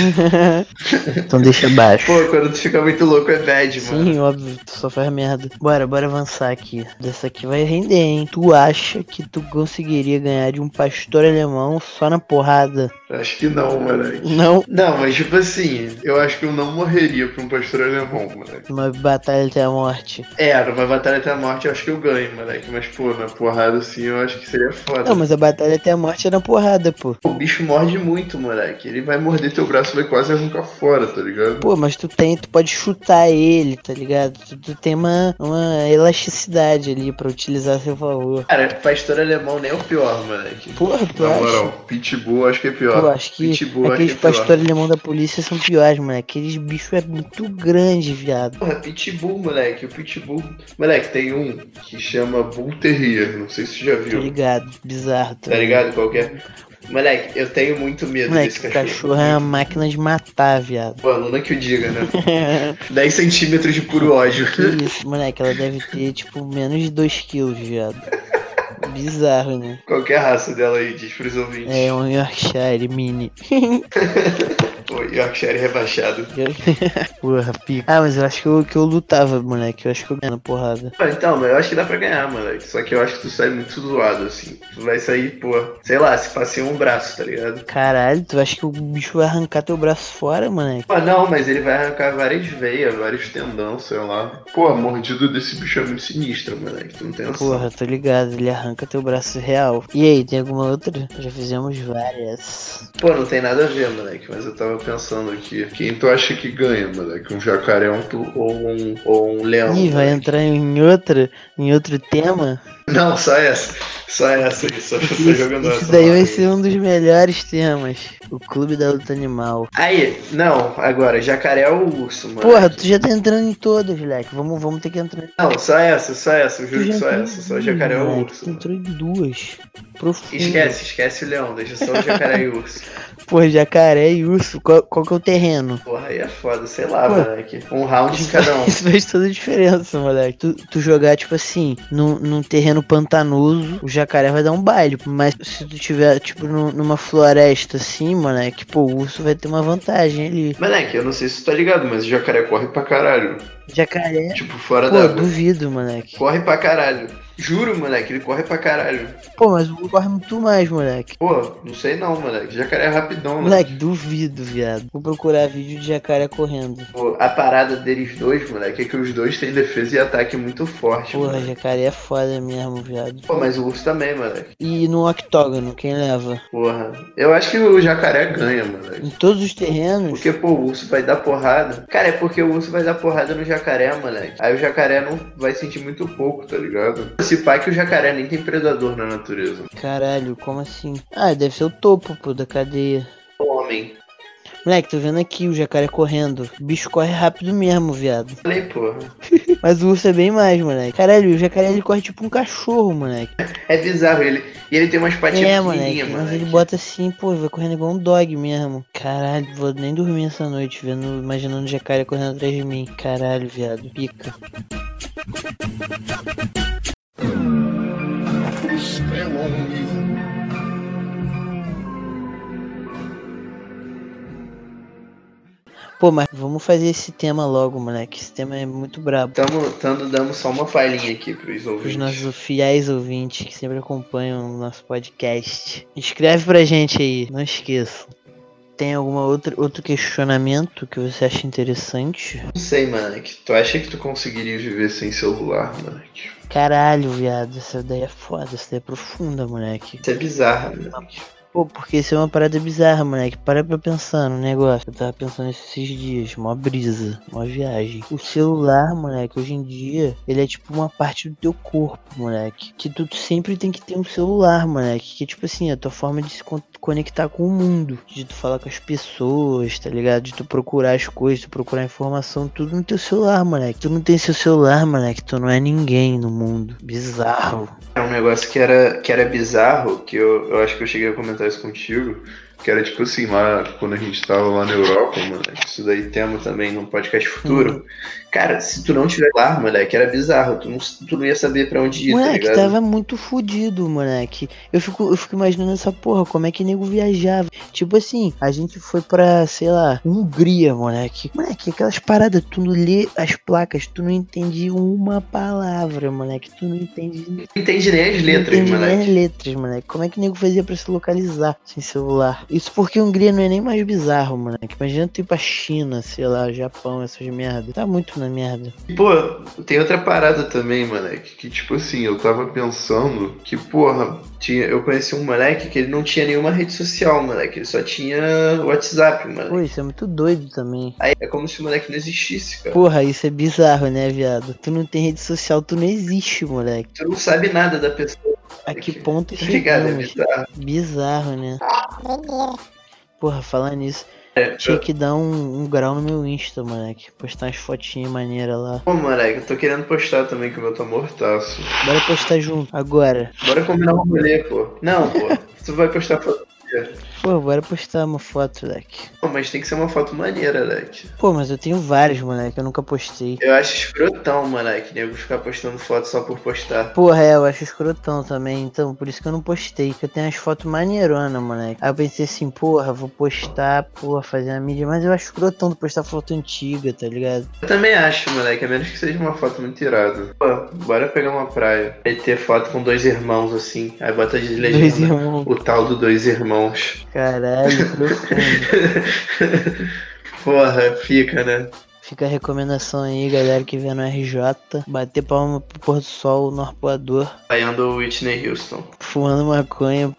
[SPEAKER 1] então deixa baixo.
[SPEAKER 2] Pô, quando tu fica muito louco é bad, mano.
[SPEAKER 1] Sim, óbvio, tu só faz merda. Bora, bora avançar aqui. Dessa aqui vai render, hein? Tu acha que tu conseguiria ganhar de um pastor alemão só na porrada?
[SPEAKER 2] Acho que não, moleque.
[SPEAKER 1] Não.
[SPEAKER 2] Não, mas tipo assim, eu acho que eu não morreria pra um pastor alemão, moleque.
[SPEAKER 1] Uma batalha até a morte.
[SPEAKER 2] É, numa batalha até a morte eu acho que eu ganho, moleque. Mas, pô, na porrada assim eu acho que seria foda.
[SPEAKER 1] Não, mas a batalha até a morte é na porrada, pô.
[SPEAKER 2] O bicho morde muito, moleque. Ele vai morder teu braço e vai quase arrancar fora, tá ligado?
[SPEAKER 1] Pô, mas tu tem, tu pode chutar ele, tá ligado? Tu, tu tem uma, uma elasticidade ali pra utilizar a seu favor.
[SPEAKER 2] Cara, pastor alemão nem é o pior, moleque.
[SPEAKER 1] Porra, tu
[SPEAKER 2] Na
[SPEAKER 1] acha?
[SPEAKER 2] moral, pitbull acho que é pior.
[SPEAKER 1] Pô, acho que
[SPEAKER 2] pitbull acho que
[SPEAKER 1] aqueles
[SPEAKER 2] é pior.
[SPEAKER 1] pastores alemão da polícia são piores, mano. Aqueles bichos é muito grande, viado.
[SPEAKER 2] Porra, pitbull, moleque. O pitbull. Moleque, tem um que chama Bull Terrier. Não sei se você já
[SPEAKER 1] Tô
[SPEAKER 2] viu.
[SPEAKER 1] Tá ligado, bizarro.
[SPEAKER 2] Tá ligado? Qualquer. Moleque, eu tenho muito medo
[SPEAKER 1] Moleque,
[SPEAKER 2] desse
[SPEAKER 1] o
[SPEAKER 2] cachorro.
[SPEAKER 1] cachorro é uma máquina de matar, viado.
[SPEAKER 2] Pô, não é que eu diga, né? 10 centímetros de puro ódio.
[SPEAKER 1] que isso, moleque, ela deve ter, tipo, menos de 2 quilos, viado. Bizarro, né?
[SPEAKER 2] Qualquer raça dela aí, diz pros ouvintes.
[SPEAKER 1] É um Yorkshire mini.
[SPEAKER 2] Pô, Yorkshire rebaixado.
[SPEAKER 1] Porra, pica. Ah, mas eu acho que eu, que eu lutava, moleque. Eu acho que eu ganhava na porrada.
[SPEAKER 2] Pô, então, mas eu acho que dá pra ganhar, moleque. Só que eu acho que tu sai muito zoado, assim. Tu vai sair, pô, sei lá, se passei um braço, tá ligado?
[SPEAKER 1] Caralho, tu acha que o bicho vai arrancar teu braço fora, moleque?
[SPEAKER 2] Pô, não, mas ele vai arrancar várias veias, vários tendão, sei lá. Pô, a mordida desse bicho é muito sinistra, moleque. Tu não tem noção.
[SPEAKER 1] Porra, tô ligado, ele arranca teu braço real. E aí, tem alguma outra? Já fizemos várias.
[SPEAKER 2] Pô, não tem nada a ver, moleque, mas eu tava pensando aqui. Quem tu acha que ganha, moleque? Um jacaré um tu- ou um, ou um leão?
[SPEAKER 1] Ih, vai
[SPEAKER 2] moleque?
[SPEAKER 1] entrar em outra, em outro tema?
[SPEAKER 2] Não, só essa. Só essa aí, só, só
[SPEAKER 1] Isso,
[SPEAKER 2] jogando
[SPEAKER 1] isso
[SPEAKER 2] essa.
[SPEAKER 1] daí
[SPEAKER 2] bola
[SPEAKER 1] vai
[SPEAKER 2] aí.
[SPEAKER 1] ser um dos melhores temas. O clube da luta animal.
[SPEAKER 2] Aí, não, agora, jacaré ou urso, mano.
[SPEAKER 1] Porra, tu já tá entrando em todas, moleque. Vamos, vamos ter que entrar.
[SPEAKER 2] Não, só essa, só essa, eu
[SPEAKER 1] Tu
[SPEAKER 2] juro que
[SPEAKER 1] já um
[SPEAKER 2] só
[SPEAKER 1] entrou
[SPEAKER 2] essa,
[SPEAKER 1] em
[SPEAKER 2] só
[SPEAKER 1] duas,
[SPEAKER 2] jacaré ou
[SPEAKER 1] moleque.
[SPEAKER 2] urso.
[SPEAKER 1] Tu
[SPEAKER 2] mano.
[SPEAKER 1] entrou em duas. Profundo.
[SPEAKER 2] Esquece, esquece o leão, deixa só o jacaré e o urso.
[SPEAKER 1] Porra, jacaré e urso. Qual, qual que é o terreno?
[SPEAKER 2] Porra, aí é foda, sei lá,
[SPEAKER 1] Pô.
[SPEAKER 2] moleque. Um round em cada um.
[SPEAKER 1] Isso fez toda a diferença, moleque. Tu, tu jogar, tipo assim, num, num terreno pantanoso, o jacaré vai dar um baile. Mas se tu tiver, tipo, num- numa floresta assim, moleque, pô, o urso vai ter uma vantagem ali.
[SPEAKER 2] Moleque, eu não sei se tu tá ligado, mas o jacaré corre pra caralho.
[SPEAKER 1] Jacaré.
[SPEAKER 2] Tipo, fora
[SPEAKER 1] É? Pô,
[SPEAKER 2] da água.
[SPEAKER 1] duvido, moleque.
[SPEAKER 2] Corre pra caralho. Juro, moleque, ele corre pra caralho.
[SPEAKER 1] Pô, mas o Hugo corre muito mais, moleque.
[SPEAKER 2] Pô, não sei não, moleque. Jacaré é rapidão, moleque.
[SPEAKER 1] Moleque, duvido, viado. Vou procurar vídeo de jacaré correndo.
[SPEAKER 2] Pô, a parada deles dois, moleque, é que os dois têm defesa e ataque muito forte.
[SPEAKER 1] Porra,
[SPEAKER 2] moleque.
[SPEAKER 1] jacaré é foda mesmo, viado.
[SPEAKER 2] Pô, mas o urso também, moleque.
[SPEAKER 1] E no octógono, quem leva?
[SPEAKER 2] Porra. Eu acho que o jacaré ganha, moleque.
[SPEAKER 1] Em todos os terrenos?
[SPEAKER 2] Porque, pô, o urso vai dar porrada. Cara, é porque o urso vai dar porrada no jacaré, moleque. Aí o jacaré não vai sentir muito pouco, tá ligado? Se pá que o jacaré nem tem predador na natureza.
[SPEAKER 1] Caralho, como assim? Ah, deve ser o topo, pô, da cadeia.
[SPEAKER 2] O homem.
[SPEAKER 1] Moleque, tô vendo aqui o jacaré correndo. O bicho corre rápido mesmo, viado.
[SPEAKER 2] Falei, porra.
[SPEAKER 1] Mas o urso é bem mais, moleque. Caralho, o jacaré ele corre tipo um cachorro, moleque.
[SPEAKER 2] É bizarro ele. E ele tem umas patinhas
[SPEAKER 1] É, moleque,
[SPEAKER 2] pequenininhas,
[SPEAKER 1] mas ele
[SPEAKER 2] moleque.
[SPEAKER 1] bota assim, pô, vai correndo igual um dog mesmo. Caralho, vou nem dormir essa noite, vendo, imaginando o jacaré correndo atrás de mim. Caralho, viado, pica. Pô, mas vamos fazer esse tema logo, moleque. Esse tema é muito brabo.
[SPEAKER 2] Tamo, tamo dando só uma palhinha aqui pros
[SPEAKER 1] Os
[SPEAKER 2] ouvintes.
[SPEAKER 1] nossos fiéis ouvintes que sempre acompanham o nosso podcast. Escreve pra gente aí, não esqueça. Tem algum outro questionamento que você acha interessante?
[SPEAKER 2] Não sei, moleque. Tu acha que tu conseguiria viver sem celular, moleque?
[SPEAKER 1] Caralho, viado, essa daí é foda, essa daí é profunda, moleque.
[SPEAKER 2] Isso é bizarro, moleque.
[SPEAKER 1] Pô, porque isso é uma parada bizarra, moleque. Para pra pensar no negócio. Eu tava pensando isso esses dias. Mó brisa, mó viagem. O celular, moleque, hoje em dia, ele é tipo uma parte do teu corpo, moleque. Que tu sempre tem que ter um celular, moleque. Que tipo assim, é a tua forma de se con- conectar com o mundo. De tu falar com as pessoas, tá ligado? De tu procurar as coisas, tu procurar informação, tudo no teu celular, moleque. Tu não tem seu celular, moleque. Tu não é ninguém no mundo. Bizarro.
[SPEAKER 2] É um negócio que era, que era bizarro, que eu, eu acho que eu cheguei a comentar isso contigo, que era tipo assim, lá quando a gente tava lá na Europa, moleque, isso daí tema também no podcast futuro.
[SPEAKER 1] Hum.
[SPEAKER 2] Cara, se tu não tiver lá, moleque, era bizarro, tu não, tu não ia saber pra onde ir, tá
[SPEAKER 1] Moleque,
[SPEAKER 2] ligado?
[SPEAKER 1] tava muito fudido, moleque. Eu fico, eu fico imaginando essa porra, como é que nego viajava. Tipo assim, a gente foi pra, sei lá, Hungria, moleque. Moleque, aquelas paradas, tu não lê as placas, tu não entende uma palavra, moleque. Tu não entende,
[SPEAKER 2] Não entende nem as letras,
[SPEAKER 1] não entende
[SPEAKER 2] moleque.
[SPEAKER 1] nem as letras, moleque. Como é que nego fazia pra se localizar sem celular? Isso porque Hungria não é nem mais bizarro, moleque. Imagina tu ir pra China, sei lá, Japão, essas merda. Tá muito na merda.
[SPEAKER 2] E, Pô, tem outra parada também, moleque, que tipo assim, eu tava pensando que, porra, tinha, eu conheci um moleque que ele não tinha nenhuma rede social, moleque, ele só tinha WhatsApp, moleque.
[SPEAKER 1] Pô, isso é muito doido também.
[SPEAKER 2] Aí é como se o moleque não existisse, cara.
[SPEAKER 1] Porra, isso é bizarro, né, viado? Tu não tem rede social, tu não existe, moleque.
[SPEAKER 2] Tu não sabe nada da pessoa,
[SPEAKER 1] A que ponto
[SPEAKER 2] tá ligado? É
[SPEAKER 1] chegamos?
[SPEAKER 2] bizarro.
[SPEAKER 1] Bizarro, né? Porra, falar nisso,
[SPEAKER 2] É,
[SPEAKER 1] tinha
[SPEAKER 2] eu-
[SPEAKER 1] que dar um, um grau no meu Insta, moleque. Postar umas fotinhas maneiras lá.
[SPEAKER 2] Pô, moleque, eu tô querendo postar também que o meu tá mortaço.
[SPEAKER 1] Bora postar junto, agora.
[SPEAKER 2] Bora combinar um rolê, pô. Não, pô, tu vai postar foto.
[SPEAKER 1] Pô, bora postar uma foto, moleque.
[SPEAKER 2] Não, mas tem que ser uma foto maneira, moleque.
[SPEAKER 1] Pô, mas eu tenho vários, moleque, eu nunca postei.
[SPEAKER 2] Eu acho escrotão, moleque, nego ficar postando foto só por postar.
[SPEAKER 1] Porra, é, eu acho escrotão também, então, por isso que eu não postei. Porque eu tenho umas fotos maneironas, moleque. Aí eu pensei assim, porra, vou postar, porra, fazer a mídia. Mas eu acho escrotão de postar foto antiga, tá ligado?
[SPEAKER 2] Eu também acho, moleque, a menos que seja uma foto muito irada. Pô, bora pegar uma praia. Aí ter foto com dois irmãos assim. Aí bota de
[SPEAKER 1] Dois
[SPEAKER 2] legenda.
[SPEAKER 1] irmãos,
[SPEAKER 2] O tal do dois irmãos.
[SPEAKER 1] caralho, profundo.
[SPEAKER 2] Porra, fica, né?
[SPEAKER 1] Fica a recomendação aí, galera que vê no RJ. Bater palma pro pôr do sol no arpoador,
[SPEAKER 2] Baiando o Whitney Houston.
[SPEAKER 1] fumando maconha,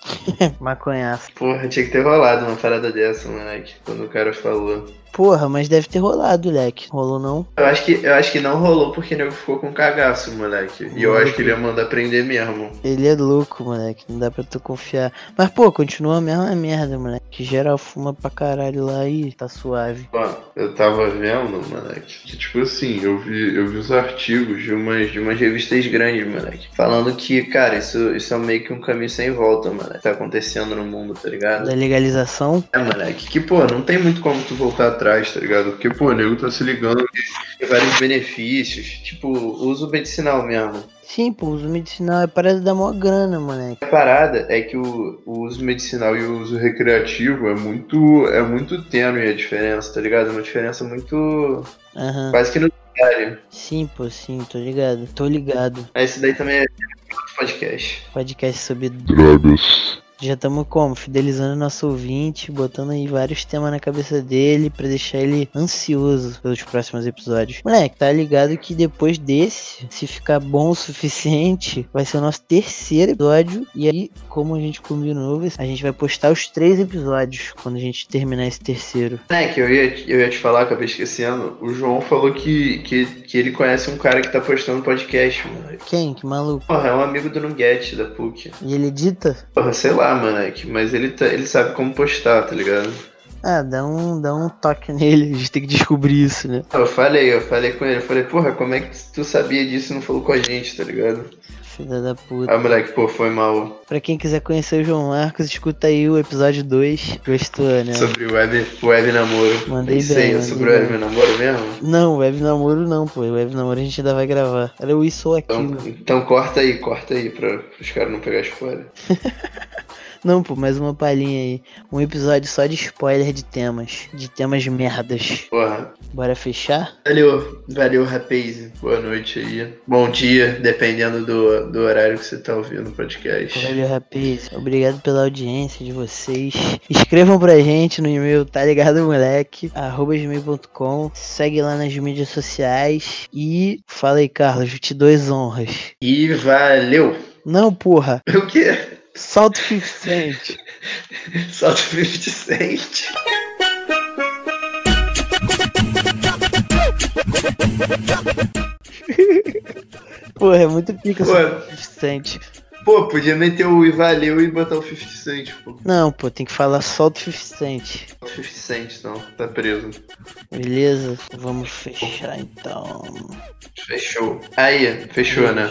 [SPEAKER 1] maconhaço.
[SPEAKER 2] Porra, tinha que ter rolado uma parada dessa, moleque. Quando o cara falou.
[SPEAKER 1] Porra, mas deve ter rolado, leque. Rolou não?
[SPEAKER 2] Eu acho que, eu acho que não rolou porque o nego ficou com cagaço, moleque. E eu acho que ele ia mandar prender mesmo.
[SPEAKER 1] Ele é louco, moleque. Não dá pra tu confiar. Mas, pô, continua a mesma merda, moleque. Que geral fuma pra caralho lá e tá suave.
[SPEAKER 2] Ó, eu tava vendo, moleque, que tipo assim, eu vi, eu vi os artigos de umas, de umas revistas grandes, moleque, falando que, cara, isso, isso é meio que um caminho sem volta, moleque, tá acontecendo no mundo, tá ligado?
[SPEAKER 1] Da legalização,
[SPEAKER 2] É, moleque, que, pô, não tem muito como tu voltar atrás, tá ligado? Porque, pô, o nego tá se ligando que tem vários benefícios, tipo, uso medicinal mesmo.
[SPEAKER 1] sim, pô, uso medicinal é parada da maior grana, moleque.
[SPEAKER 2] A parada é que o, o uso medicinal e o uso recreativo é muito, é muito tênue a diferença, tá ligado? É uma diferença muito.
[SPEAKER 1] Aham.
[SPEAKER 2] quase que no diário.
[SPEAKER 1] Sim, pô, sim, tô ligado. Tô ligado.
[SPEAKER 2] Esse daí também é outro podcast.
[SPEAKER 1] podcast sobre.
[SPEAKER 3] Drogas.
[SPEAKER 1] Já estamos como? Fidelizando nosso ouvinte, botando aí vários temas na cabeça dele pra deixar ele ansioso pelos próximos episódios. Moleque, tá ligado que depois desse, se ficar bom o suficiente, vai ser o nosso terceiro episódio. E aí, como a gente combinou, a gente vai postar os três episódios quando a gente terminar esse terceiro.
[SPEAKER 2] É, que eu ia, eu ia te falar, acabei esquecendo. O João falou que, que, que ele conhece um cara que tá postando podcast, moleque.
[SPEAKER 1] Quem? Que maluco.
[SPEAKER 2] Porra, é um amigo do Nugget, da PUC.
[SPEAKER 1] E ele edita?
[SPEAKER 2] Porra, sei lá, moleque. Mas ele, tá, ele sabe como postar, tá ligado?
[SPEAKER 1] Ah, dá um, dá um toque nele. A gente tem que descobrir isso, né?
[SPEAKER 2] Eu falei, eu falei com ele. Eu falei, porra, como é que tu sabia disso e não falou com a gente, tá ligado?
[SPEAKER 1] Filha da puta.
[SPEAKER 2] Ah, moleque, pô, foi mal.
[SPEAKER 1] Pra quem quiser conhecer o João Marcos, escuta aí o episódio 2. Gostou, né?
[SPEAKER 2] Sobre web, web namoro.
[SPEAKER 1] Mandei
[SPEAKER 2] Nem sei,
[SPEAKER 1] bem,
[SPEAKER 2] é
[SPEAKER 1] mandei
[SPEAKER 2] sobre web
[SPEAKER 1] bem.
[SPEAKER 2] namoro mesmo?
[SPEAKER 1] Não, web namoro não, pô. Web namoro a gente ainda vai gravar. Era o isso ou
[SPEAKER 2] Então,
[SPEAKER 1] aquilo.
[SPEAKER 2] então corta aí, corta aí pra os caras não pegar spoiler.
[SPEAKER 1] Não, pô, mais uma palhinha aí. Um episódio só de spoiler de temas. De temas merdas.
[SPEAKER 2] Porra.
[SPEAKER 1] Bora fechar?
[SPEAKER 2] Valeu, valeu, rapaz. Boa noite aí. Bom dia, dependendo do, do horário que você tá ouvindo o podcast.
[SPEAKER 1] Valeu, rapaz. Obrigado pela audiência de vocês. Escrevam pra gente no e-mail, tá ligado, moleque? Arroba gmail.com. Segue lá nas mídias sociais. E fala aí, Carlos, eu te dou as honras.
[SPEAKER 2] E valeu!
[SPEAKER 1] Não, porra.
[SPEAKER 2] O quê?
[SPEAKER 1] Salto 50 Cent.
[SPEAKER 2] Salto 50 Cent.
[SPEAKER 1] Porra, é muito pica
[SPEAKER 2] Pô,
[SPEAKER 1] Salto 50 Cent.
[SPEAKER 2] pô, podia meter o e valeu e botar o 50 Cent, pô.
[SPEAKER 1] Não, pô, tem que falar Salto 50 Cent.
[SPEAKER 2] O 50 Cent, não, tá preso.
[SPEAKER 1] Beleza? Vamos fechar então.
[SPEAKER 2] Fechou. Aí, fechou, né?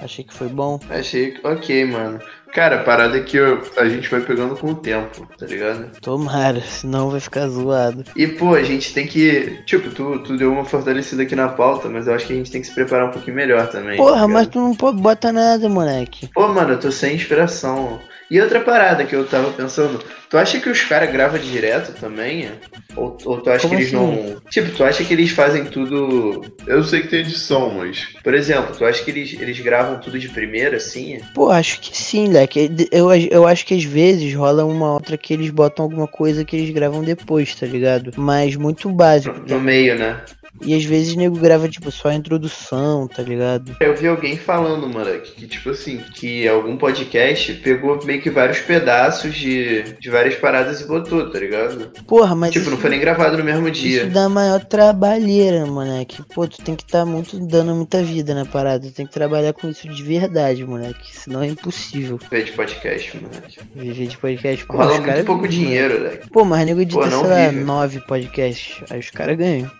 [SPEAKER 1] Achei que foi bom.
[SPEAKER 2] Achei que. Ok, mano. Cara, a parada é que eu- a gente vai pegando com o tempo, tá ligado?
[SPEAKER 1] Tomara, senão vai ficar zoado.
[SPEAKER 2] E, pô, a gente tem que. Tipo, tu, tu deu uma fortalecida aqui na pauta, mas eu acho que a gente tem que se preparar um pouquinho melhor também.
[SPEAKER 1] Porra,
[SPEAKER 2] tá
[SPEAKER 1] mas
[SPEAKER 2] ligado?
[SPEAKER 1] tu não pô- bota nada, moleque.
[SPEAKER 2] Pô, mano, eu tô sem inspiração. E outra parada que eu tava pensando, tu acha que os caras gravam direto também? Ou, ou tu acha
[SPEAKER 1] Como
[SPEAKER 2] que eles
[SPEAKER 1] assim?
[SPEAKER 2] não. Tipo, tu acha que eles fazem tudo. Eu sei que tem edição, mas. Por exemplo, tu acha que eles, eles gravam tudo de primeira, assim?
[SPEAKER 1] Pô, acho que sim, moleque. Eu, eu acho que às vezes rola uma outra que eles botam alguma coisa que eles gravam depois, tá ligado? Mas muito básico.
[SPEAKER 2] No, no meio, né?
[SPEAKER 1] E às vezes o nego grava, tipo, só a introdução, tá ligado?
[SPEAKER 2] Eu vi alguém falando, moleque, que tipo assim, que algum podcast pegou meio que vários pedaços de, de várias paradas e botou, tá ligado?
[SPEAKER 1] Porra, mas.
[SPEAKER 2] tipo, não
[SPEAKER 1] isso- é
[SPEAKER 2] foi nem gravado no mesmo
[SPEAKER 1] Isso é
[SPEAKER 2] dia.
[SPEAKER 1] dá maior trabalheira, moleque. Pô, tu tem que estar muito dando muita vida na parada. Tu tem que trabalhar com isso de verdade, moleque. Senão é impossível
[SPEAKER 2] Foi de podcast, moleque.
[SPEAKER 1] viver de podcast. Pô,
[SPEAKER 2] Rola
[SPEAKER 1] os
[SPEAKER 2] muito
[SPEAKER 1] caras
[SPEAKER 2] pouco
[SPEAKER 1] vivem, né?
[SPEAKER 2] dinheiro, moleque.
[SPEAKER 1] Pô, mas nego edita,
[SPEAKER 2] Pô, não
[SPEAKER 1] sei lá,
[SPEAKER 2] vive.
[SPEAKER 1] nove podcasts. Aí os caras ganham.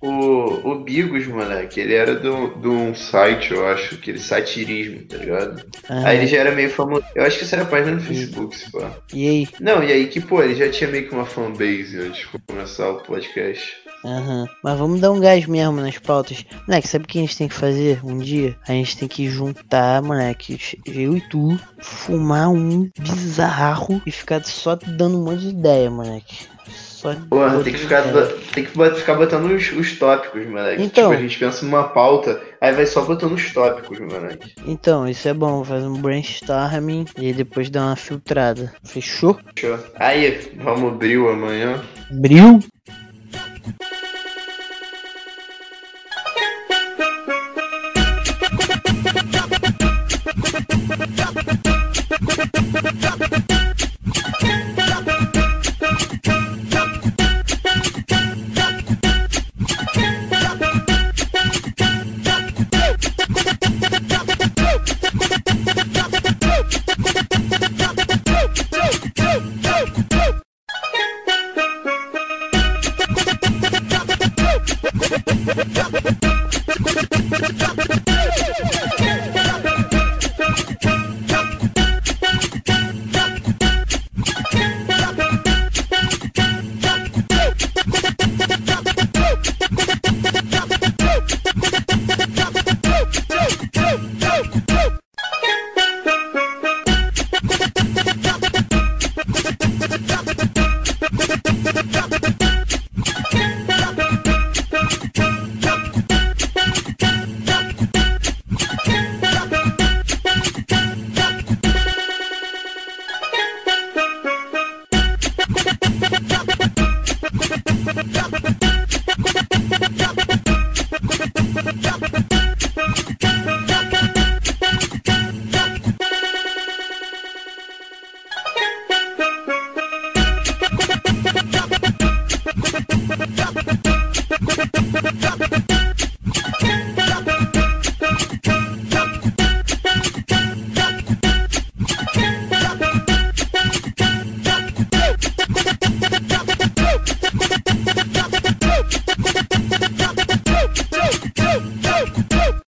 [SPEAKER 2] O, o Bigos, moleque, ele era de um, de um site, eu acho, aquele satirismo, tá ligado?
[SPEAKER 1] Ah,
[SPEAKER 2] Aí ele já era meio famoso. Eu acho que isso era a página no Facebook, se pá.
[SPEAKER 1] E aí?
[SPEAKER 2] Não, e aí que, pô, ele já tinha meio que uma fanbase antes de começar o podcast.
[SPEAKER 1] Aham. Mas vamos dar um gás mesmo nas pautas. Moleque, sabe o que a gente tem que fazer um dia? A gente tem que juntar, moleque, eu e tu, fumar um bizarro e ficar só dando um monte de ideia, moleque. Só
[SPEAKER 2] Porra,
[SPEAKER 1] dando
[SPEAKER 2] tem que ficar,
[SPEAKER 1] ideia.
[SPEAKER 2] tem que bot- ficar botando os, os tópicos, moleque.
[SPEAKER 1] Então.
[SPEAKER 2] Tipo, a gente pensa numa pauta, aí vai só botando os tópicos, moleque.
[SPEAKER 1] Então, isso é bom, faz um brainstorming e aí depois dá uma filtrada. Fechou?
[SPEAKER 2] Fechou? Aí, vamos abrir o amanhã.
[SPEAKER 1] Bril?